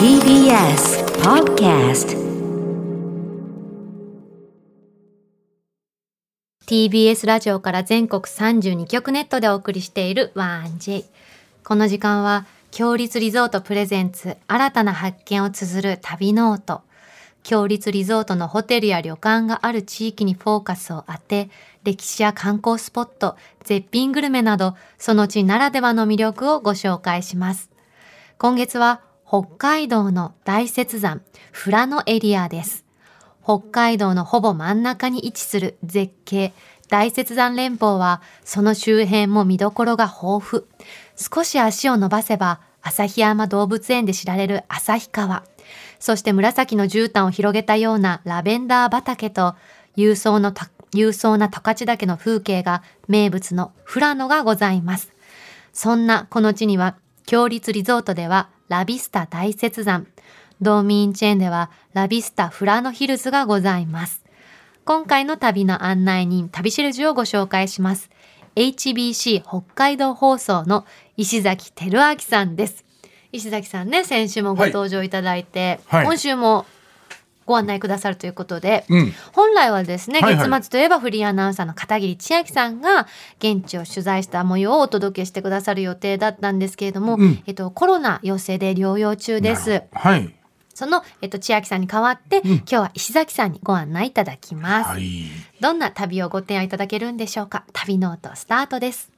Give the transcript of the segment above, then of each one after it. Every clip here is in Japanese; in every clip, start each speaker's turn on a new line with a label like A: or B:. A: TBS Podcast
B: TBS ラジオから全国32局ネットでお送りしている 1J この時間は強立リゾートプレゼンツ新たな発見を綴る旅ノート強立リゾートのホテルや旅館がある地域にフォーカスを当て歴史や観光スポット絶品グルメなどその地ならではの魅力をご紹介します今月は北海道の大雪山富良野エリアです北海道のほぼ真ん中に位置する絶景大雪山連峰はその周辺も見どころが豊富少し足を伸ばせば旭山動物園で知られる旭川そして紫の絨毯を広げたようなラベンダー畑と勇壮のた勇壮な十勝岳の風景が名物の富良野がございますそんなこの地には、強立リゾートではラビスタ大雪山、道民チェーンではラビスタフラノヒルズがございます。今回の旅の案内人、旅しるじをご紹介します。HBC 北海道放送の石崎輝明さんです。石崎さんね、先週もご登場いただいて、
C: はいはい
B: 今週もご案内くださるということで、
C: うん
B: 本来はですね、
C: はいはい
B: 月末といえばフリーアナウンサーの片桐千秋さんが現地を取材した模様をお届けしてくださる予定だったんですけれども、
C: うん
B: えっと、コロナ陽性で療養中です。
C: はい。
B: その、えっと、千秋さんに代わって、今日は石崎さんにご案内いただきます。
C: はい。
B: どんな旅をご提案いただけるんでしょうか旅ノートスタートです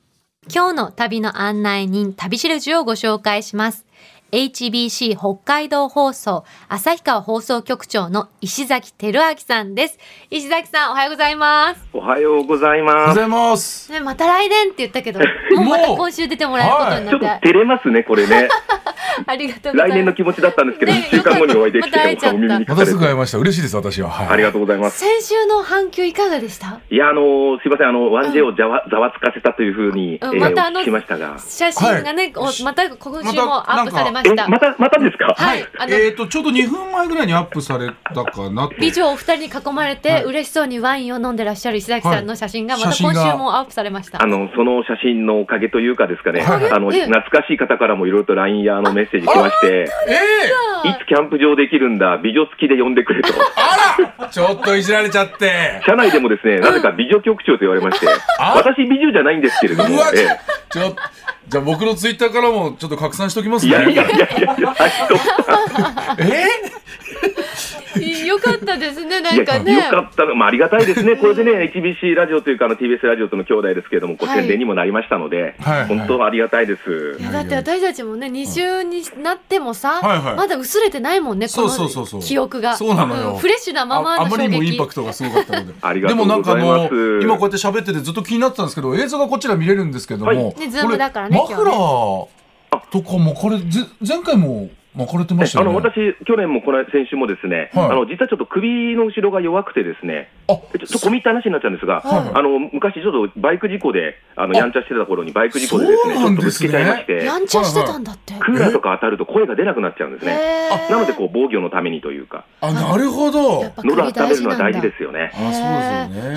B: 今日の旅の案内人旅しるじをご紹介します HBC 北海道放送旭川放送局長の石崎輝明さんです石崎さんおはようございます
D: おはようござい
C: おはようご
D: ます。
C: ざいます。
B: ねまた来年って言った けどもうまた今週出てもらえることに
D: ち
B: な
D: ょ
B: っ、
D: ってと照れますね、これね。
B: ありがとうございます
D: 来年の気持ちだったんですけど、
B: ね
D: 1週間後にお会いできて、
B: また会えちゃった
D: お耳にか
C: ま
D: か
C: た
D: れ
C: す
D: て
C: ぐ。会えました。嬉しいです、私は。はい。
D: ありがとうございます。
B: 先週の反響いかがでした
D: いや、あのーすいません、あの、1J をざわ、ざわつかせたというふうに、え
B: うん
D: ー
B: またあの
D: お聞きしましたが。
B: 写真がね、
C: はい
B: おまた今週もアップされま
D: え
B: し、た
D: また、またですか
B: はいあの
C: えっ、と、ちょうど2分前ぐらいにアップされたかなと。
B: 美女お二人に囲まれ
C: は
B: て
C: い
B: 嬉しそうにワインを飲んでらっしゃる石崎さんの写真が
C: はい
B: また今
C: 写真
B: 週
C: が
B: もアップされました。
D: あの、その写真のおかげというかですかね、
C: はい
D: あの、
B: ええ
D: 懐かしい方からもいろいろと LINE やあのメッセージ来まして、
C: え
D: いつキャンプ場できるんだ、美女付きで呼んでくれと。
C: えちょっといじられちゃって。
D: 社内でもですね、なぜか美女局長と言われまして、
C: あ
D: 私美女じゃないんですけれ
C: う
D: ども、
C: わ、
D: え
C: ちょ
D: え
C: ちょじゃあ僕のツイッターからもちょっと拡散しておきます
D: い
C: ね。
D: やいやいやいやいや、はいどうぞ
C: え
B: よかったですね、ないん
D: や、
B: か
D: よ
B: ね。
D: かったの、まあ、ありがたいです ね、これでね、HBC ラジオというか、あの TBS ラジオとの兄弟ですけれども、こう
B: はい
D: 宣伝にもなりましたので、
C: はい
D: 本当ありがたいです
B: い。やだって私たちもね、2週になってもさ、
C: はいはい
B: まだ薄れてないもんね、こ
C: そうそうそうそ
B: の
C: う
B: 記憶が。
C: そうなのよ
B: んフレッシュなまま
C: あ
B: の
C: あま
B: 衝撃。
C: りにもインパクトがすごかったので
D: ありがとう
C: でもなんかあ
D: ござい
C: の
D: ます
C: 今こうやって喋っててずっと気になってたんですけど映像がこちら見れるんですけども、
D: はい
C: こ
B: ね
C: れ
B: ズームだからね
C: マフラーとかもこれぜ前回も巻かれてました
D: あ
C: よね
D: の私、去年もこの先週もですね、
C: はい
D: あの実はちょっと首の後ろが弱くてですね、
C: あ
D: ちょっと込み入った話になっちゃうんですが、
B: はい
D: あの昔、ちょっとバイク事故で、あの
C: あ
D: やんちゃしてた頃にバイク事故でですね、
C: そう
D: ち
C: な
D: ょっ
C: ん
D: と
C: で
D: ぶつ
C: すね
D: けちゃいまして、
B: やんちゃしてたんだって。
D: クーラーとか当たると声が出なくなっちゃうんですね。
B: へー
D: なのでこう防御のためにというか、
C: あなるほど
B: やっぱ首
D: 喉温め
B: 大
D: る
B: 事な
D: のは
B: んだ。
D: 大事ですよね。
C: あそうです
B: へ
C: よね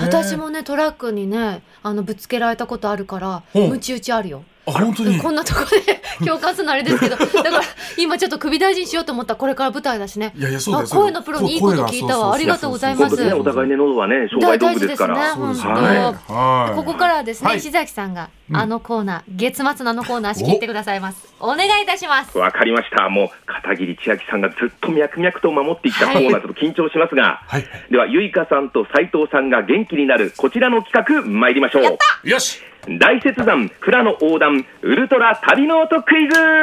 B: ー私もねトラックにねあのぶつけられたことあるから
C: ほう
B: ムチ打ちあるよ
C: あ本当に
B: こんなとこで 共感するのあれです けど、だから今ちょっと首大事にしようと思ったらこれから舞台だしね。
C: いやいやそうだよ
B: あ
C: そ
B: 声
C: うだよ
B: のプロにいいこと聞いたわ。あ
C: 声
B: り
C: が
B: が
C: そ
B: とう
C: う
B: ご
C: そ
B: ざ
C: うそう
B: いま
D: 本
B: す。
D: 当ね、お互いね、喉はね、商
B: 大
D: 売道具
B: 大事
D: で
B: です
D: か
B: すね、
D: ら。
B: 本当、
D: はい
C: はい
B: ここからはですね、
C: はい
B: 石崎さんが、
C: うん
B: あのコーナー、月末のあのコーナー仕切ってくださいます。お願いいたします。
D: わかりました。もう、片桐千秋さんがずっと脈々と守ってきたコーナー、ちょっと緊張しますが、
C: はいは
D: では、ゆいかさんと斉藤さんが元気になる、こちらの企画、参りましょう。
C: いよし
D: 大雪山、富良野横断、ウルトラ旅ノートクイ
C: よいし
D: ズ
C: ょ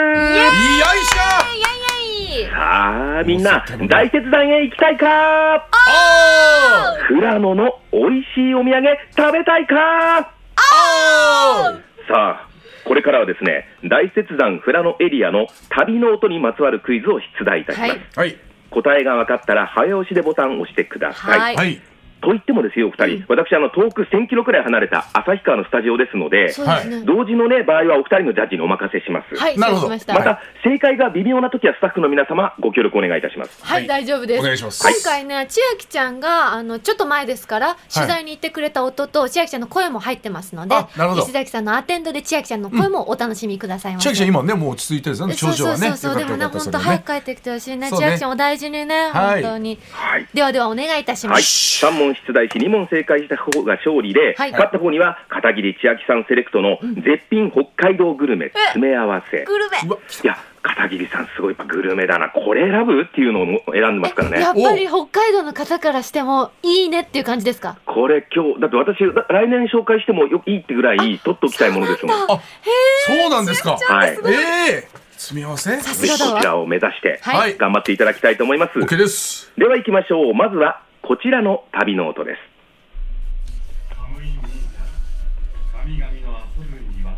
B: イエイイエイ
D: さあ、みんな
C: おー、
D: 大雪山へ行きたいか
C: おー
D: 富良野の美味しいお土産、食べたいか
C: おー
D: さあ、これからはですね、大雪山富良野エリアの旅の音にまつわるクイズを出題いたします。
B: はい
C: はい
D: 答えが分かったら早押しでボタンを押してください。
B: はい
C: はい
D: と言ってもですよ、お二人、私、あの遠く1000キロくらい離れた旭川のスタジオですので、
B: そうですね。
D: 同時の、ね、場合はお二人のジャッジにお任せします。
E: はい、
C: な
E: 失礼し
C: るほど
E: ました。
D: ま
E: は
D: た、正解が微妙な時はスタッフの皆様、ご協力お願いいたします。
C: はい
E: い、大丈夫で
C: お願い
E: す。
C: します。
B: 今回ね、千秋ちゃんが、あの、ちょっと前ですから、取材に行ってくれた音と、千秋ちゃんの声も入ってますので
C: あなるほ、ど
B: 石崎さんのアテンドで千秋ちゃんの声もお楽しみくださいませ。
C: 千秋ちゃん、今ね、もう落ち着いてるんです
B: そう
C: よね、症状
B: そう
C: はね。
B: そうそう、でもね、
C: よかっ
B: 本
C: たよ
B: 当
C: かった
B: 早く帰ってきてほしいね。
C: そう
B: 千
C: ね
B: 秋ちゃんお大事にね、
C: は
B: 本
C: い
B: 当に。
D: はい
B: ではではお願いいたしま
D: はい、
B: す。
D: 3問出題し2問正解した方が勝利で、
B: はい
D: 勝った方には片桐千秋さんセレクトの絶品北海道グルメ詰め合わせ、
B: グルメ。
C: うわ
D: いや片桐さんすごいやっぱグルメだなこれ選ぶっていうのを選んでますから
B: やっ
D: ね
B: ぱり北海道の方からしてもいいねっていう感じですか。
D: これ今日だって私だ来年紹介してもよいいってぐらい取っておきたいものですもん
C: あ、そうなんですか。
D: はい
C: ええ詰み合わせ。
B: さす
D: ぜ
B: が
D: ひ
B: だ
D: こ
B: わ
D: ち。らを目指して
B: はい
C: はい。
D: 頑張っていただきたいと思います、
C: オッケーです。
D: では行きましょうまずはこちらの旅の音です
F: 寒い海神々の遊ぶ庭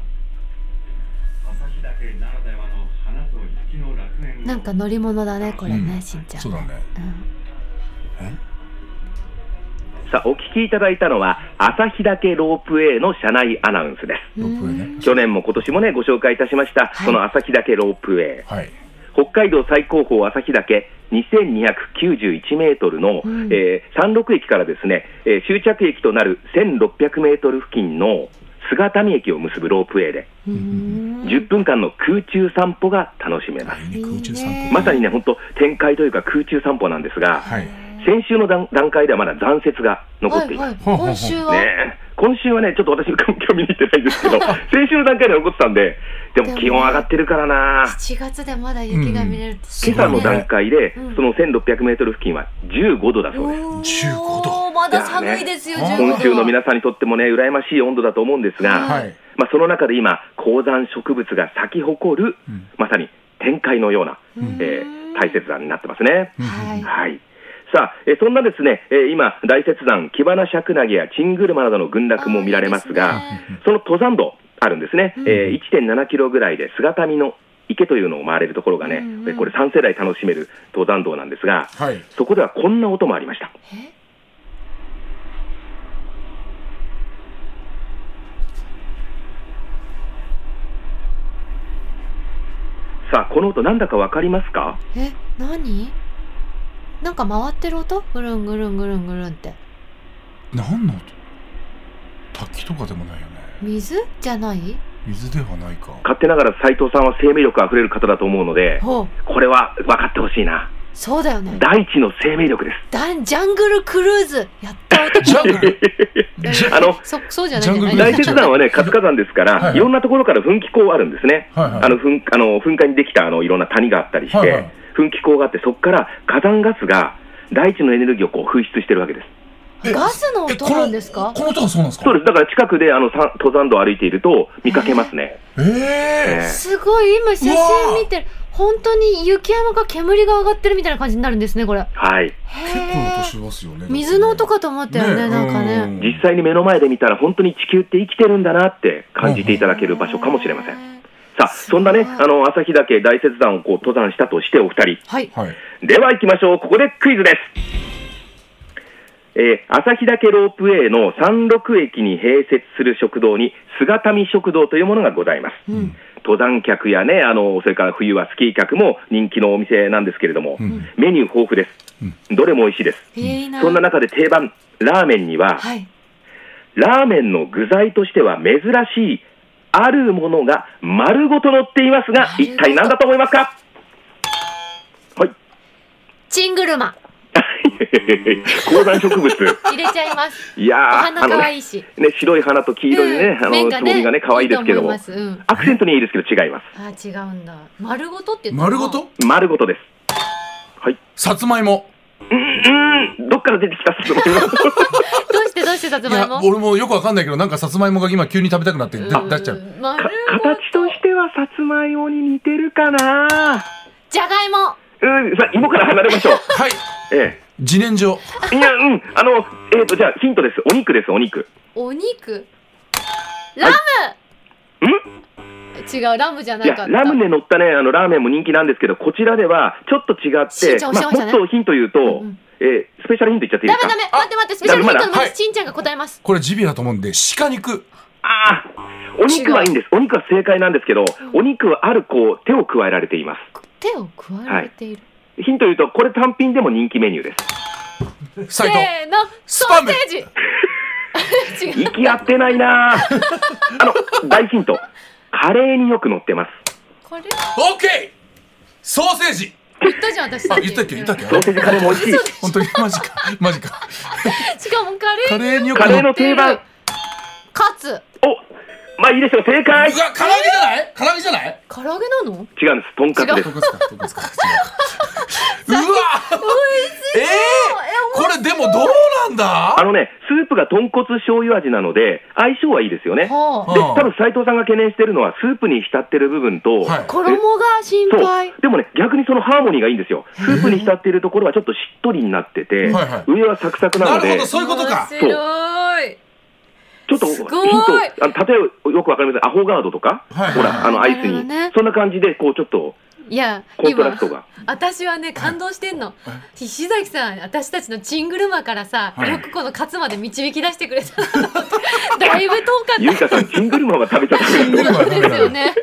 F: 旭岳ならではの花と雪の楽園を
B: なんか乗り物だね、これ
C: う
B: ね、しんちゃん。
C: そうだね。
B: うん
D: さあお聞きいただいたのは旭岳ロープウェイの車内アナウンスです
C: ロープウェイね。
D: 去年も今年もね、ご紹介いたしました、
B: はい
D: この旭岳ロープウェイ、
C: はい。
D: 北海道最高峰旭岳2291メートルの、
B: うん
D: えー山麓駅からですね、えー終着駅となる1600メートル付近の姿見駅を結ぶロープウェイで、
B: うん
D: 10分間の空中散歩が楽しめます。
C: いいね、空中散
B: いいね
C: 歩。
D: まさにね、本当展開というか空中散歩なんですが、
C: はい。
D: 先週の段段階ではまだ残雪が残
B: は
D: って
B: い
D: います
B: はい。。今週は。
D: ねえ、今週はね、ちょっと私、今日見に行ってないんですけど、先週の段階で残ってたんで、でも気温上がってるからな、
B: 7月でまだ雪が見れるってす
C: うん
D: 今
B: ごい
D: 朝
B: ね
D: の段階で
B: うん、
D: その1600メートル付近は15度だそうです。
B: おー
C: 15度
B: まだ寒いですよ、
C: いやね
B: 15度は。
D: 今週の皆さんにとってもね、羨ましい温度だと思うんですが、
C: は。
B: はい
D: まあ、その中で今、高山植物が咲き誇る、
C: うん
D: まさに天界のような、
B: うん
D: えー大雪山になってますね。
B: はい
D: はい。さあ、えーそんなですね、えー今、大雪山、キバナシャクナゲやチングルマなどの群落も見られますが、
B: あーいいですね
D: その登山道あるんですね、
B: うん
D: えー1.7キロぐらいで姿見の池というのを回れるところがね、
B: うんうん
D: でこれ3世代楽しめる登山道なんですが、
C: はい。
D: そこではこんな音もありました。
B: え
D: さあ、この音なんだかわかりますか
B: え何なんか回ってる音ぐるんぐるんぐるんぐるんって
C: 何の音。滝とかでもないよね。
B: 水じゃない
C: 水ではないか。
D: 勝手ながら斉藤さんは生命力あふれる方だと思うので、
B: ほう
D: これは分かってほしいな。
B: そうだよね
D: 大地の生命力です。
B: ダンジャングルクルーズやった男
C: ジャングル。ジャ
D: あの、
B: そそうじゃないじゃ
C: ジャン
B: ない
C: グルクルー
D: 大
C: ズ
D: 雪山はね、活火山ですか
C: はいは
D: ら、
C: い
D: いろんなところから噴気口あるんですね。
C: はいはい。
D: あの噴あの噴火にできたあのいろんな谷があったりして、
C: はいはい
D: 噴気口があって、そこから火山ガスが大地のエネルギーをこう噴出してるわけです。
C: え
B: ガスの
C: え
B: 音
C: この
B: なんですか
C: この音がそうなんですか
D: そうですだから近くであのさ登山道を歩いていると見かけますね。
C: ええ
D: え
B: すごい今写
C: うわ
B: 真
C: ー
B: 見てる本当に雪山が煙が上がってるみたいな感じになるんですねこれ
D: はい、
C: 結構
B: へ
C: 音
B: え
C: しますよね。
B: 水の音かと思ったよねなんかね
D: 実際に目の前で見たら、本当に地球って生きてるんだなって感じていただける場所かもしれません。
B: ん
D: さあ、そんなね、あの旭岳大雪山をこう登山したとして、お二
B: はい
C: 際。はい。
D: 人、では行きましょう、ここでクイズです。えー、旭岳ロープウェイの山麓駅に併設する食堂に、姿見食堂というものがございます。
C: うん。
D: 登山客やね、あの、それから冬はスキー客も人気のお店なんですけれども、
C: うん。
D: メニュー豊富です。どれも美味しいです。
B: えーいいな
D: そんな中で定番、ラーメンには、
B: はい
D: ラーメンの具材としては珍しい、あるものが丸ごと乗っていますが、
B: 丸ごと
D: 一体何だと思いま すかはい。
B: チングルマ
D: 高山植物。
B: 入れちゃいます
D: いやー、
B: お花可愛
D: ね
B: いし
D: ね、白い花と黄色いね、
B: うん
D: あ
B: 面
D: の、つぼみがね、可愛いですけども
B: いい、と思いますうん
D: アクセントにいいですけど違いま
B: あー違うんだ丸ごとって言ったの
C: 丸ごと。
D: す。丸ごとです。はい。
C: さつまいも。
D: うーん、どっから出てきたす
B: どうしてどうしてさつ
C: い
B: まい
C: や
B: も
C: 俺もよくわかんないけどなんかさつまいもが今急に食べたくなって出
B: うん
C: 出しちゃう
B: 丸
D: か
B: ごと
D: 形としてはさつまいもに似てるかな
B: じゃがいも
D: うん、さあ、芋から離れましょう。
C: はい
D: え
C: 自然薯
D: え。いや、うん、あの、えっ、と、じゃあ、ヒントです。お肉です、お肉。
B: お肉ラム、違うラムじゃないい
D: や、
B: かった
D: ラムネ乗ったね、あの、ラーメンも人気なんですけど、こちらでは、ちょっと違っ
B: しん
D: て
B: ちゃん、おっしゃいましたね
D: もっとヒント言うと、
B: うん
D: えースペシャルヒントいっちゃっていい
B: ダ
D: です
B: メ
D: か
B: ダメ待って待ってスペシャルヒントの前
C: は
B: に
C: い
B: しんちゃんが答えます
C: これジビエだと思うんで、鹿肉。
D: ああ、お肉はいいんです。お肉は正解なんですけど、お肉はあるこう手を加えられていま
B: 手を加えられている、
D: す。ヒント言うと、これ単品でも人気メニューです。
C: サイト。
B: せーの
C: ス
B: ソ
C: パ
B: ー
C: ム
B: セージ 違う
D: 息合ってない なぁあの、大ヒント。カレーによく乗ってます。
B: これ
C: オッケーソーセージ
B: 言ったじゃん私
C: あ、言ったっけ言ったっけ
D: ソーセージカレーも美味しい。
C: 本当にマジか。マジか。
B: しかもカレー
C: カレーによく
D: カレー
C: 乗っ
D: の定番。
B: カツ
D: おまあいいでしょう、正解
C: うわ、唐揚げじゃない唐揚げじゃない
B: 唐揚げなの
D: 違うんです。とんかつで
C: ど
D: す。
C: こですかどこですか違ううわえー、これでもどうなん
D: あ
C: だ
D: のね、スープが豚骨醤油味なので、相性はいいですよね。で、
B: は
C: うん
D: 多分斉藤さんが懸念してるのは、スープに浸ってる部分と、
C: はい
B: あ衣が心
D: そう
B: 配。
D: でもね、逆にそのハーモニーがいいんですよ。スープに浸っているところはちょっとしっとりになってて、
C: はいはい
D: 上はサクサクな
C: な
D: の
C: る
D: で
C: ほど、、そういうことか
B: 面白い
D: ちょっとヒ
B: す
D: ント
B: ごい、
D: あの例えよくわかりません。アホガードとか、
C: はい
D: ほら、あのアイス
B: なるほど
D: に、
B: ね
D: そんな感じで、こうちょっと
B: いや
D: コントラ
B: 今
D: ストが。
B: 私はね感動してんの石崎さん私たちのチングルマからさ、
C: はい
B: よくこのカツまで導き出してくれた なと思ってだいぶ遠
D: ゆい
B: かっ
D: かさん、ジングルマンは食べちゃダメなんだ
B: たですよね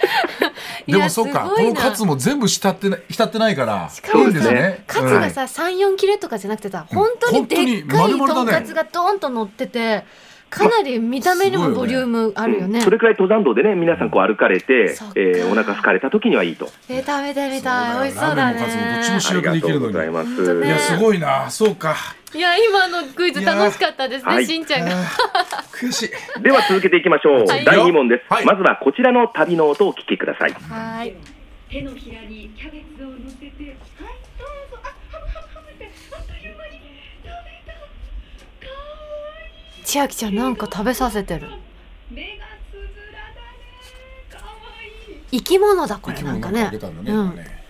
B: い
C: で
B: や
C: もそうか、
B: すご
C: こ
B: い
C: の
B: な
C: カツも全部浸ってない、浸ってないから。
B: しかも
C: いい
B: さ、
C: ですね
B: カツがさ、3、4切れとかじゃなくてさ、本当にでっか
C: 本当
B: い
C: に丸々
B: と
C: だ
B: ん
C: ね
B: かつがドーンと乗ってて、かなり見た目にもボリューム あるよね。
D: それくらい登山道でね、皆さんこう歩かれて
B: そっ、か
D: えーお腹空かれた時にはいいと。
B: えー、食べてみ
C: そうだ
B: たい。
C: よ
B: 美味しそうだ
C: ラーメンもカツもどっちも
B: ね
C: し。
D: ありがとうございま
B: 本当
D: す。
C: うん
B: ね
C: いや、すごいな。そうか。
B: いや、今のクイズ楽しかったです
D: いや
B: ね、
D: ー
B: しんちゃんが。
C: 悔しい。
D: では続けていきましょう。
B: はい
D: 第2問です、
C: はい
D: まずはこちらの旅の音をお聞きください。
B: はい。
G: 手のひらにキャベツを乗せて、はい、どうぞ、あ、ハムハムハムって、あっという間に食べた。かわい
B: 千秋ちゃんなんか食べさせてる。
G: い。目がつぶらだね。かわいい。
B: 生き物だ、これ
C: 生き
B: な
C: 物
B: ん
C: な
B: か
C: んか
B: ね。
C: あげたんだね。
B: う
C: 今
B: ん。
C: ね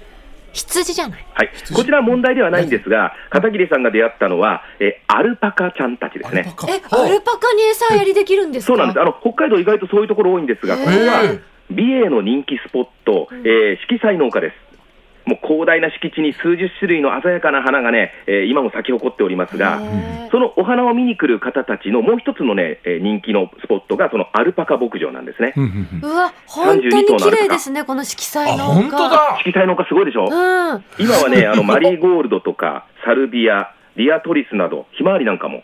B: 羊じゃない。
D: はい、こちらは問題ではないんですが、片桐さんが出会ったのは、えーアルパカちゃんたちで
C: ア
D: す
C: ル
D: ね
C: パ。カ。
B: え、アルパカに餌やりできるんですか
D: そうなんです。あの、北海道意外とそういうところ多いんですが、
B: へー
D: ここは、美瑛の人気スポット、えー色彩農家です。もう広大な敷地に数十種類の鮮やかな花がね、えー今も咲き誇っておりますが、
B: へー
D: そのお花を見に来る方たちのもう一つのね、えー人気のスポットが、そのアルパカ牧場なんですね。
C: うんうんうん
B: うわ、本当に
D: 32頭のア
B: 綺
D: ルパ
B: 麗
D: カ
B: ですね、この色
C: あ、
B: 彩の。
C: 本当。だ。
D: 色彩農家すごいでしょ、
B: うん。
D: 今はね、あの、マリーゴールドとか、サルビア、ディアトリスなど、ひまわりなんかも、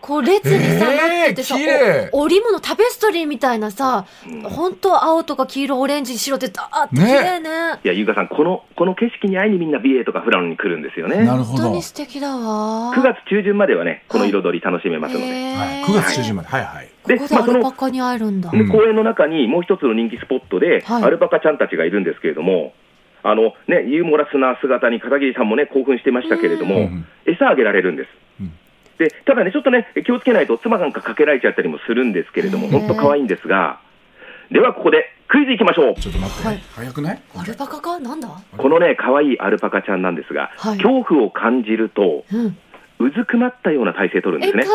B: こう列にさ、な
C: えー
B: っててさ
C: 綺麗、
B: お織物タペストリーみたいなさ、本当青とか黄色、オレンジ、白ってダーって綺麗ね。
D: いや、優香さん、この、この景色に会いにみんな美瑛とか富良野に来るんですよね。
C: なる
B: 本
C: ほ
B: 当
C: ど。
B: に素敵だわ。
D: 9月中旬まではね、この彩り楽しめますので。
C: はい
B: へー
C: 9月中旬まで。はいはい。
D: で
B: ここで
D: まあ
B: ア
D: その
B: ルパカに会えるんだ。
C: う
D: で
C: ん
D: 公園の中にもう一つの人気スポットで、
B: はい
D: アルパカちゃんたちがいるんですけれども、あのね、ユーモラスな姿に片桐さんもね、興奮してましたけれども、
C: うん
D: 餌あげられるんです。
C: うん
D: でただね、ちょっとね、気をつけないと、妻なんかかけられちゃったりもするんですけれども、
B: へー
D: 本当可愛いんですが、ではここでクイズいきましょう、
C: ちょっと待って、
B: はい
C: 早くない
B: アルパカかなんだ
D: このね、可愛いアルパカちゃんなんですが、
B: はい
D: 恐怖を感じると、
B: うん。
D: うずくまったような体勢を取るんで
B: え、
D: す
B: か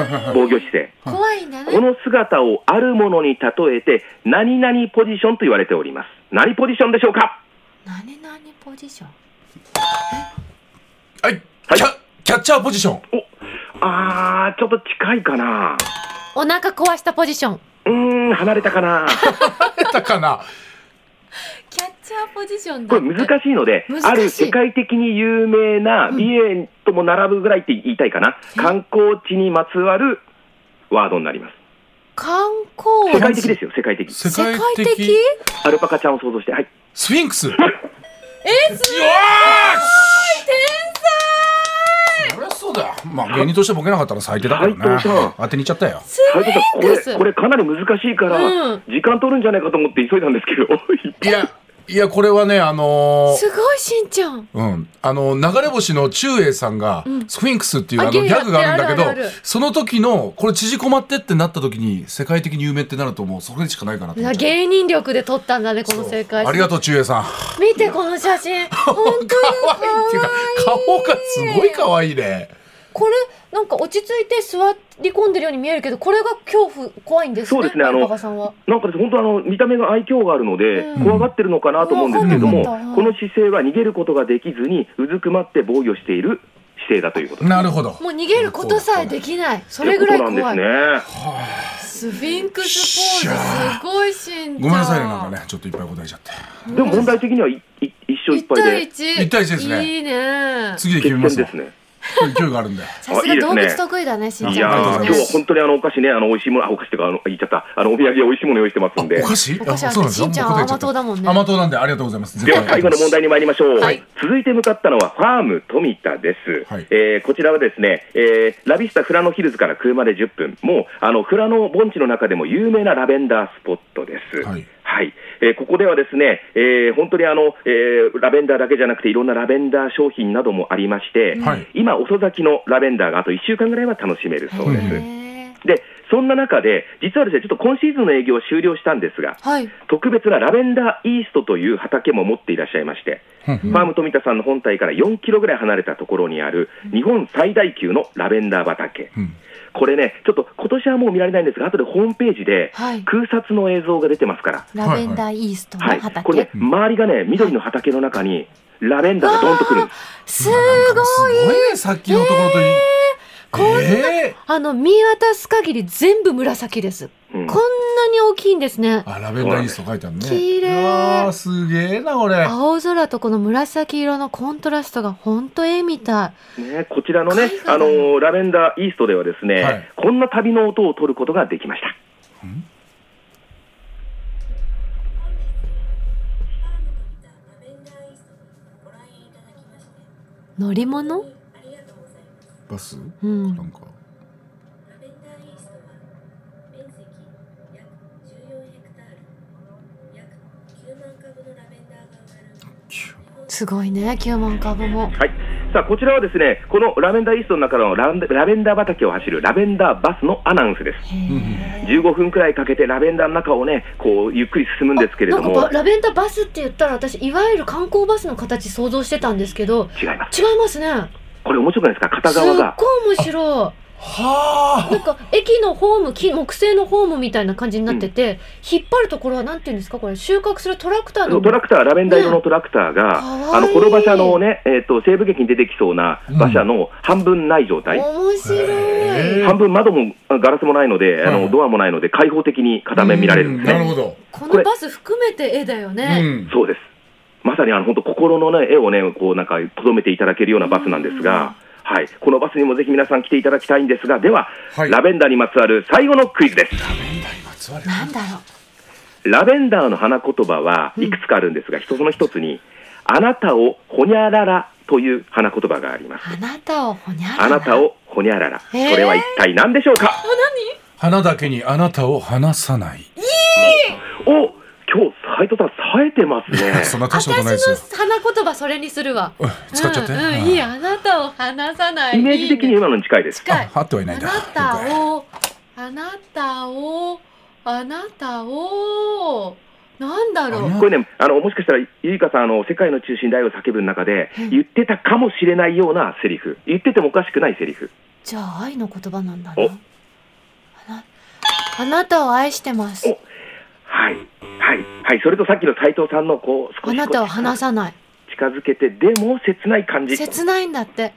B: わ
D: ね、
C: はいはいはい。
D: 防御姿勢。
B: いい。怖いんだ
D: こ
B: ね。
D: の姿をあるものに例えて、何々ポジションと言われております。何ポジションでしょうか
B: 何々ポジション。
C: はい。
D: はい
C: キャキャッチャーポジション。
D: あー、ちょっと近いかな。
B: お腹壊したポジション。
D: うーん、離れたか な。
C: 出たかな。
B: キャッチャーポジションだ
D: これ
B: って。
D: 難しいので、
B: 難しい
D: ある世界的に有名な美瑛とも並ぶぐらいって言いたいかな。観光地にまつわるワードになります。
B: 観
D: 世
B: 光。
D: 界的ですよ、世界的。
C: 世
B: 世
C: 界
B: 界
C: 的
B: 的
D: アルパカちゃんを想像して、はい。
C: スフィンクス。うわ
B: え、すごい
C: ーそりゃそうだよ。まあ芸人としてボケなかったら最低だから
D: 斉藤さん
C: な。当てにいっちゃったよ。
D: 斉藤さん、こ
B: 変です
D: れ、これかなり難しいから
B: うん、
D: 時間取るんじゃないかと思って急いだんですけど、
C: いや、いや、これはね、あのー
B: すごいしんちゃん。
C: うん、あの流れ星の中英さんが、スフィンクスっていうあ
B: あ
C: の
B: ギ
C: ギ
B: ャグ
C: ャグがあるんだけど
B: あるあるある
C: その時のこれ縮こまってってなった時に世界的に有名ってなると思うそれしかないかなと
B: い
C: 思
B: や
C: っちゃう
B: 芸人力で取ったんだねこの正解
C: ありがとう中英さん
B: 見てこの写 真本当に
C: 可愛いっていうか顔がすごい可愛いね
B: これなんか落ち着いて座り込んでるように見えるけどこれが恐怖怖いんですね
D: そうですねあの
B: アルパカさんは
D: なんかです本当あの見た目が愛嬌があるので、
B: うん
D: 怖がってるのかなと思うんですけれども、
B: うん
D: この姿勢は逃げることができずにうずくまって防御している姿勢だということです。
C: なるほど。
B: もう逃げることさえできない。それぐらい怖い。
D: とうことなんです
B: ス
D: ね。
B: フィンクスポーズすごいしんちゃん。
C: ごめんなさいね、なんかね、ちょっといっぱい答えちゃって。
D: でも問題的にはいい一生いっ
B: 一
D: ぱい
B: 対
D: で
B: 一。
C: 一対一ですね
B: いいね。
C: 次で
D: 決
C: 決め
D: 戦
C: ます
D: で
C: よ
D: す。ね。
C: 勢いがあるんで。
B: さすが動物得意だね、しん
D: い
B: ちゃん。
D: やー、
C: ありがとうござい
D: 今日
C: ます
D: は本当にあのお菓子ね、あの美味しいもの、あお菓子とかあの言っちゃった、あのお土産美味しいもの用意してますんで
C: お。菓子
B: お菓子
C: あそうなんですよ。
B: しんちゃんは
C: もう答えちゃった
B: 甘党だもんね
C: 甘党なんで、ありがとうございます。
D: では最後の問題に参りましょう、
B: はい
D: 続いて向かったのはファーム富田です、
C: はい
D: えーこちらはですね、えーラビスタ富良野ヒルズから車で10分もうあの富良野盆地の中でも有名なラベンダースポットです
C: はい
D: えーここではですね、えー本当にあの、えーラベンダーだけじゃなくていろんなラベンダー商品などもありまして、
C: はい
D: 今遅咲きのラベンダーがあと1週間ぐらいは楽しめるそうです、
B: へ
D: でそんな中で実はですねちょっと今シーズンの営業を終了したんですが
B: ーはい。
D: 特別なラベンダーイーストという畑も持っていらっしゃいまして、
C: うん
D: ファーム富田さんの本体から4キロぐらい離れたところにある日本最大級のラベンダー畑、
C: うん
D: これね、ちょっと今年はもう見られないんですが、後でホームページで
B: はい
D: 空撮の映像が出てますから、
B: ラベンダーイーストの
D: はい
B: 畑。
D: これね、周りがね、緑の畑の中にラベンダーがドンとくるんです。
B: すごい。
C: すごいね、さっきのところといい。
B: こんな
C: え
B: あの、見渡す限り全部紫です。
D: うん
B: こんなに大きいんですね
C: ー。あ、ラベンダーイースト書いてあるね。
B: 綺麗
C: あーすげえな、これ。
B: 青空とこの紫色のコントラストがほんと絵みた
D: ね、こちらのね
B: 海、外
D: あのーラベンダーイーストではですね、
C: はい
D: こんな旅の音を取ることができました。
B: い乗り物
C: バス
B: うん
C: なんか。
B: すごいね9万株も
D: はい、さあこちらはですねこのラベンダーイーストの中のランラベンダー畑を走るラベンダーバスのアナウンスです15分くらいかけてラベンダーの中をねこうゆっくり進むんですけれ
B: な
D: ど
B: んか
D: も
B: ばラベンダーバスって言ったら私いわゆる観光バスの形想像してたんですけど
D: 違います
B: 違いますね
D: これ面白くないですか片
B: すっご
D: 側
B: い
D: が
B: 面白い
C: は
B: なんか駅のホーム木木製のホームみたいな感じになってて、引っ張るところはなんていうんですかこれ収穫するトラクター
D: そ
B: の
D: うトラクターラベンダー色のトラクタ
B: う
D: ーが、
B: んかわいい
D: あのこの馬車のね、えっと西部劇に出てきそうな馬車の半分ない状態、
B: 面白い
C: へー
D: 半分窓もあガラスもないので、あ
C: は
D: の
C: い
D: ドアもないので開放的に
C: あ。
D: 片面見られるんですね
C: うなるほど。
B: このバス含めて絵だよ
C: う
B: ね、
C: ん。
D: そうです。まさにあの本当心のね絵をねこうなんか留めていただけるようなバスなんですが、はいこのバスにもぜひ皆さん来ていただきたいんですが、では、
C: はい
D: ラベンダーにまつわる最後のクイズです。
C: まつわる
B: なんだろう
D: ラベンダーの花言葉はいくつかあるんですが、一つの一つにあなたをほにゃららという花言葉があります。
B: あなたをほにゃらら
D: あなたをほにゃらら、そ
B: へー
D: れは一体何でしょうか。
C: 花だけにあなたを離さない。。
D: お、今日斉藤さん冴えてます ね
C: そんな大し
B: 私
C: たことないですよ。
B: の花言葉それにするわ
C: うん使っちゃって。
B: うん
C: は
B: うん、いいあなたを離さない
D: イメージ的
B: いい
D: に
B: ね
D: 今のに近いです。
B: 近い
C: あ合ってはいな
B: あ
C: いんだ。
B: なたをあなたをあなたをなんだろ
C: あ
B: う
C: な
D: これね、あの、もしかしたら、ゆいかさん、あの、世界の中心大を叫ぶの中で、
B: うん
D: 言ってたかもしれないようなセリフ。言っててもおかしくないセリフ。
B: じゃあ愛の言葉なんだ
D: お
B: なあなあなたを愛してます
D: おはい。はい。はい。それとさっきの斎藤さんの、こう、少
B: あ
D: し
B: なたを離さない
D: 近づけて、でも、切ない感じ。
B: 切ないんだって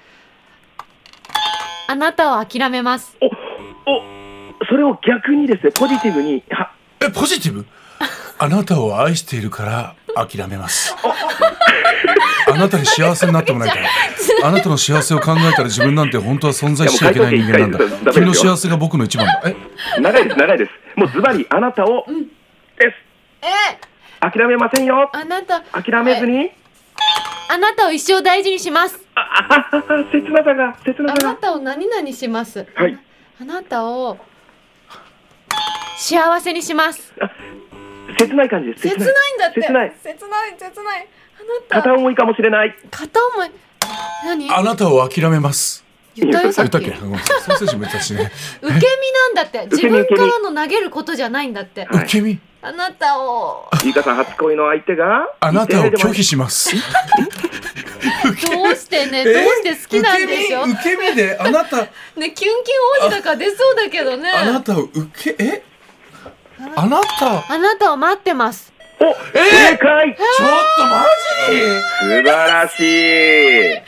B: あなたを諦めます
D: お、お、それを逆にですね、ポジティブに、は、
C: え、ポジティブあなたを愛しているから諦めます。あなたに幸せになってもらいたい。あなたの幸せを考えたら自分なんて本当は存在しちゃいけない人間なんだ
D: いやもう回答権一回。
C: 君の幸せが僕の一番だ。え
D: 長いです、長いです。もう、ズバリ、あなたを、です。
B: え
D: 諦めませんよ。
B: あなた
D: 諦めずに、
B: あなたを一生大事にします
D: あああ切なさが、切な
B: あ
D: さ
B: な
D: が。
B: たを何々します。
D: はい。
B: あなたを幸せにします。
D: 切ない感じです。
B: 切ないんだって。
D: 切ない。
B: 切ない切ない。あな
D: 片
B: た
D: 思いかもしれない。
B: 片思い。何？
C: あなたを諦めます。
B: 言ったよさ
C: 言
B: っ
C: っ
B: き。
C: たっ
B: 受け
C: けごめんなさいソーセージも言ったしね。
B: 身なんだって。
D: 受
B: 自
D: け身
B: 分
D: 受け
B: か
D: 身
B: らの投げることじゃないんだって。
D: は
C: 受
D: い
C: け身
B: あなたを
D: ゆいかさん初恋の相手が
C: あなたを拒否
D: し
C: します。
B: どうしてね、どうして好きなんでしょ。
C: 受け身受け身であなた
B: ねキュンキュン王子だから出そうだけどね。
C: あなたを受けえあなた
B: あなたを待ってます。
D: お正解
C: ちょっとマジに
D: 素晴らしい
C: やっ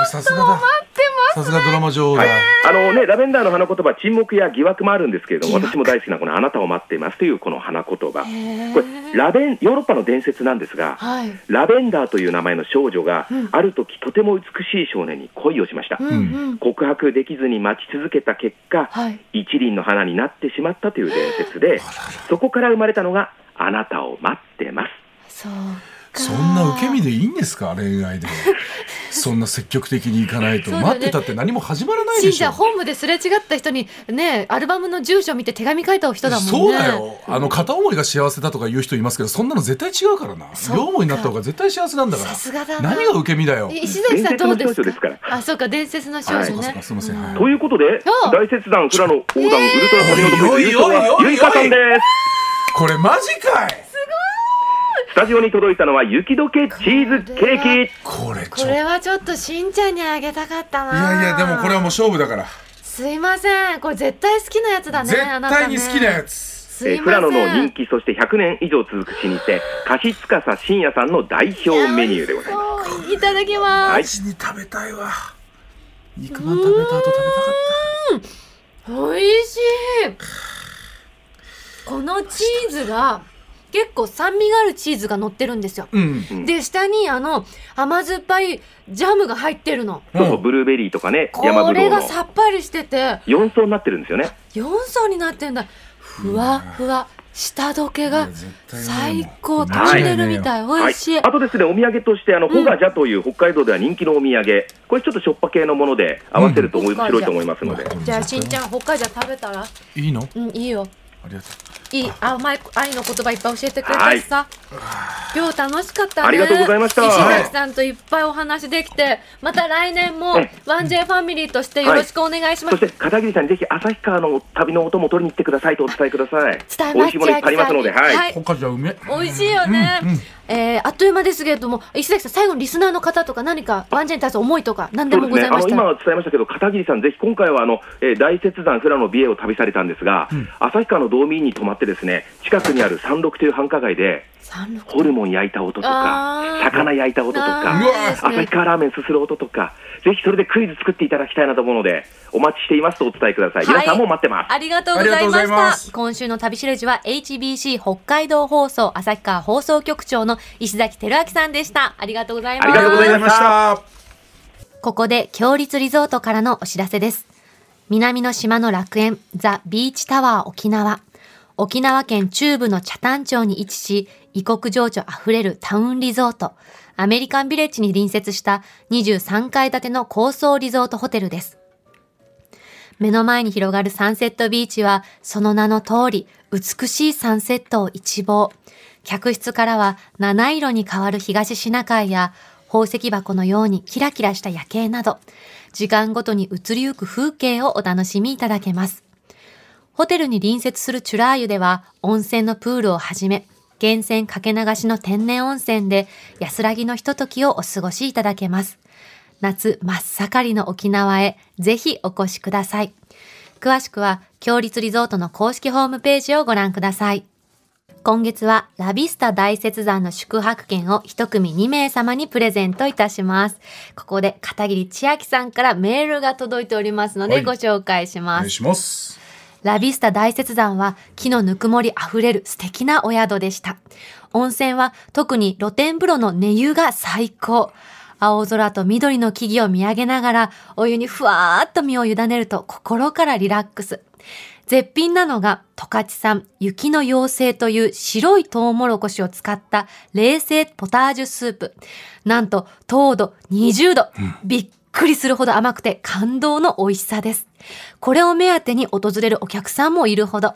C: ぱさすがだ。
B: 待って
C: さすがドラマ女王だ。
D: あのね、ラベンダーの花言葉、沈黙や疑惑もあるんですけれども、私も大好きなこのあなたを待っていますというこの花言葉。これ、ラベン、ヨーロッパの伝説なんですが、
B: はい。
D: ラベンダーという名前の少女が、ある時とても美しい少年に恋をしました。
B: うんうん。
D: 告白できずに待ち続けた結果、
B: はい。
D: 一輪の花になってしまったという伝説で、そこから生まれたのが、あなたを待ってます。
B: そうか。
C: そんな受け身でいいんですか恋愛でも。そんな積極的にいかない
B: そ
C: と、
B: うだね
C: 待ってたって何も始まらない
B: し
C: で
B: ん
C: し
B: ちゃん
C: ょ。
B: ホームですれ違った人にねアルバムの住所見て手紙書いた人だもんね
C: そうだよあの片思いが幸せだとか言う人いますけどそんなの絶対違うからな
B: そっか
C: 両思いになった方が絶対幸せなんだか
B: さすがだ
C: ら
B: な
C: 何が受け身だよ
B: 石崎さんどうですか
D: 伝説の少女ですから
B: あそうか伝説の少女
C: そう
B: ね、
C: かすいませんはい
D: ということで
B: あ、
D: 大切断フラの横断ウルトラサビの得
C: おいおい
D: 意優勝は
C: おいおいおい
D: ゆいかさんです。
C: これマジかい
D: スタジオに届いたのは雪解けチーズケーキ。
C: これち
B: こ
C: ょっとい
B: れはちょっとしんちゃんにあげたかったな
C: やいやでもこれはもう勝負だから
B: すいませんこれ絶対好きなやつだね
C: 絶
B: あなた
C: 対
B: ね
C: に好きなやつ
B: すいません
D: フラノの人気、そして100年以上続く老舗、菓子司信也さんの代表メニューでございます。
B: そういただきま
D: は
B: す
D: い
C: マジに食べたいわ肉まん食べた後食べたか
B: おいしいこのチーズが結構酸味があるチーズが乗ってるんですよ
C: ったうん
B: で下にあの甘酸っぱいジャムが入ってるの
D: そうそう、ブルーベリーとかね、山
B: こ
D: ぶど
B: れ
D: うの
B: がさっぱりしてて
D: 4層になってるんですよね。
B: 4層になってんだふわふわ下どけが最高ト
D: はい
B: ンネルみたい美味しい、
D: あとですね、お土産として、あの、ホガジャという北海道では人気のお土産、これちょっとしょっぱ系のもので合わせると面白いと思いますので。
C: うん
B: じゃあしんちゃん北海道食べたら
C: いいの
B: うんいいよ
C: ありがと
B: いい甘い愛の言葉いっぱい教えてくれたしさ今日楽しかったね
D: ありがとうございました
B: 石崎さんといっぱいお話できてまた来年も
D: うん
B: 1J ファミリーとしてよろしくお願いしま
D: そ
B: す、
D: して片桐さんにぜひ旭川の旅の音も取りに行ってくださいとお伝えください。
B: 伝え
D: 美
B: ます
D: 味しいものいっぱいありますので、
B: 千秋さんに
D: はい。
C: う他じゃうめ
B: 美味しいよね、
C: うんうん
B: えーあっという間ですけれども石崎さん最後にリスナーの方とか何かワンジェに対する思いとか何で
D: そう
B: も
D: です
B: ご
D: ね、
B: ざい
D: あ
B: ま
D: の
B: したら、
D: 今伝えましたけど、片桐さん、ぜひ今回はあの、えー大雪山富良野美瑛を旅されたんですが、旭川の道民に泊まって、ですね近くにある山麓という繁華街で、
B: 三六
D: ホルモン焼いた音と
B: あ
D: か、
B: ー
D: 魚焼いた音と
B: あ
D: か、
B: ーですね
D: 旭川ラーメンすする音とか、ぜひそれでクイズ作っていただきたいなと思うので、お待ちしていますとお伝えください。
B: はい
D: 皆さんも待ってます。
B: ありがとうございま
C: あ
B: し
C: りがとうござい
B: た
C: ます
B: 今週の旅しるじは HBC 北海道放送旭川放送局長の石崎輝明さんでしたありがとうございます
D: ありがとうございました
B: ここで強立リゾートからのお知らせです。南の島の楽園、ザ・ビーチタワー沖縄。沖縄県中部の北谷町に位置し、異国情緒あふれるタウンリゾート。アメリカンビレッジに隣接した23階建ての高層リゾートホテルです。目の前に広がるサンセットビーチは、その名の通り、美しいサンセットを一望。客室からは七色に変わる東シナ海や、宝石箱のようにキラキラした夜景など、時間ごとに移りゆく風景をお楽しみいただけます。ホテルに隣接するチュラー湯では、温泉のプールをはじめ、源泉かけ流しの天然温泉で安らぎのひとときをお過ごしいただけます。夏真っ盛りの沖縄へぜひお越しください。詳しくは、強立リゾートの公式ホームページをご覧ください。今月はラビスタ大雪山の宿泊券を一組2名様にプレゼントいたします。ここで片桐千秋さんからメールが届いておりますの
C: は
B: で
C: い
B: ご紹介し
C: お
B: ます
C: 願い。します
B: ラビスタ大雪山は木のぬくもりあふれる素敵なお宿でした。温泉は特に露天風呂の寝湯が最高。青空と緑の木々を見上げながらお湯にふわーっと身を委ねると心からリラックス。絶品なのが十勝産雪の妖精という白いトウモロコシを使った冷製ポタージュスープ。なんと糖度20度。びっくりするほど甘くて感動の美味しさです。これを目当てに訪れるお客さんもいるほど。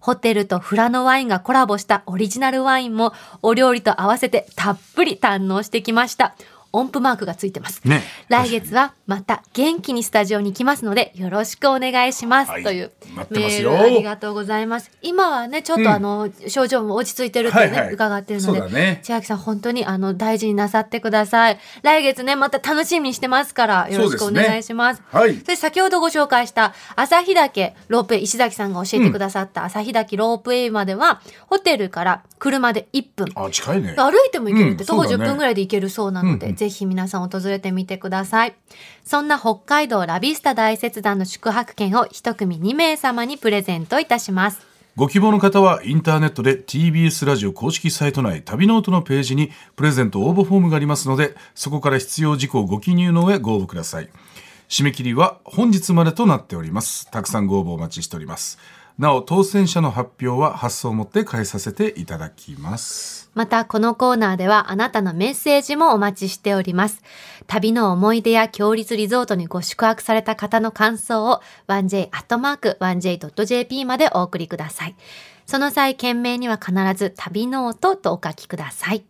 B: ホテルとフラノワインがコラボしたオリジナルワインもお料理と合わせてたっぷり堪能してきました。音符マークがついてます。
C: ね
B: 来月はまた元気にスタジオに来ますのでよろしくお願いします、
C: はい
B: という
C: 待って
B: メ
C: ます
B: ー
C: よ
B: ルありがとうございます。今はねちょっとあの、症状も落ち着いてるってね、
C: はいはい
B: 伺ってるので、
C: そうだね
B: 千秋さん本当にあの大事になさってください。来月ねまた楽しみにしてますからよろしくお願いします。
C: はい
B: そして先ほどご紹介した朝日岳ロープウェイ石崎さんが教えてくださった朝日岳ロープウェイまでは、ホテルから車で1分。
C: あ近いね
B: 歩いても行けるって、
C: うん
B: 徒歩
C: そうだ
B: 10
C: ね
B: 分ぐらいで行けるそうなので、
C: うんうん
B: ぜぜひ皆さん訪れてみてください。そんな北海道ラビスタ大雪団の宿泊券を一組2名様にプレゼントいたします。
C: ご希望の方はインターネットで TBS ラジオ公式サイト内旅ノートのページにプレゼント応募フォームがありますのでそこから必要事項をご記入の上ご応募ください締め切りは本日までとなっておりますたくさんご応募お待ちしておりますなお当選者の発表は発送をもって返させていただきます
B: またこのコーナーではあなたのメッセージもお待ちしております。旅の思い出や強立リゾートにご宿泊された方の感想を 1j.1j.jp までお送りください。その際、件名には必ず旅ノートとお書きください。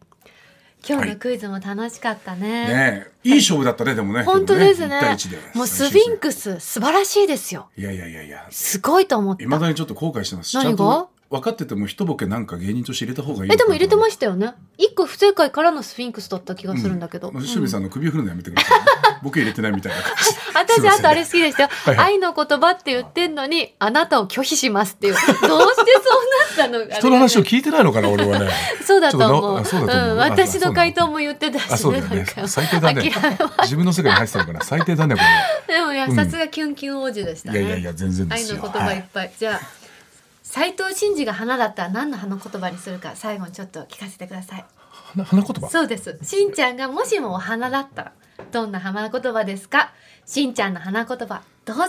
B: 今日のクイズも楽しかったね。
C: ねえいい勝負だったねでもね
B: 本当ですね
C: 1対1で
B: もうスフィンクス素晴らしいですよ。
C: いやいやいやいや
B: すごいと思った
C: い。まだにちょっと後悔してます
B: 何が
C: ちゃんと分かってても一ボケなんか芸人として入れた方がいい
B: えでも入れてま
C: し
B: したよね。一個不正解からのスフィンクスだった気がするんだけど。
C: ま
B: う
C: あ、清
B: ん
C: 水さんの首を振るのやめてくださ い、ね僕入れてないみたいな感じで
B: 私、
C: すいません
B: あとあれ好きでしたよ、
C: いはい
B: 愛の言葉って言ってんのにあなたを拒否します っていうどうしてそうなったの
C: 人の話を
B: あれ
C: 聞いてないのかな俺 はね
B: そうだと思う、
C: ちょっとなあそうだと思うんあ
B: 私の回答
C: そう
B: も言ってたしね
C: あそうだよ
B: な
C: ね
B: んか
C: 最低だね
B: 諦め
C: 自分の世界に入ってたのかな最低だねこれ
B: でもいや
C: うん
B: さすがキュンキュン王子でしたね、
C: いやいやいや全然で
B: 愛
C: す
B: の
C: よ
B: 言葉いっぱい、じゃあ斉藤真二が花だったら何の花言葉にするか最後にちょっと聞かせてください
C: 花花言葉
B: そうですしんちゃんがもしもお花だったらどんな花言葉ですかしんちゃんの花言葉どうぞ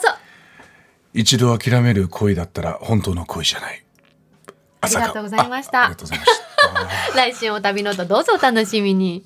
C: 一度諦める恋だったら本当の恋じゃない
B: ありがとうございました
C: あありがとうございました
B: 来週も旅の音どうぞお楽しみに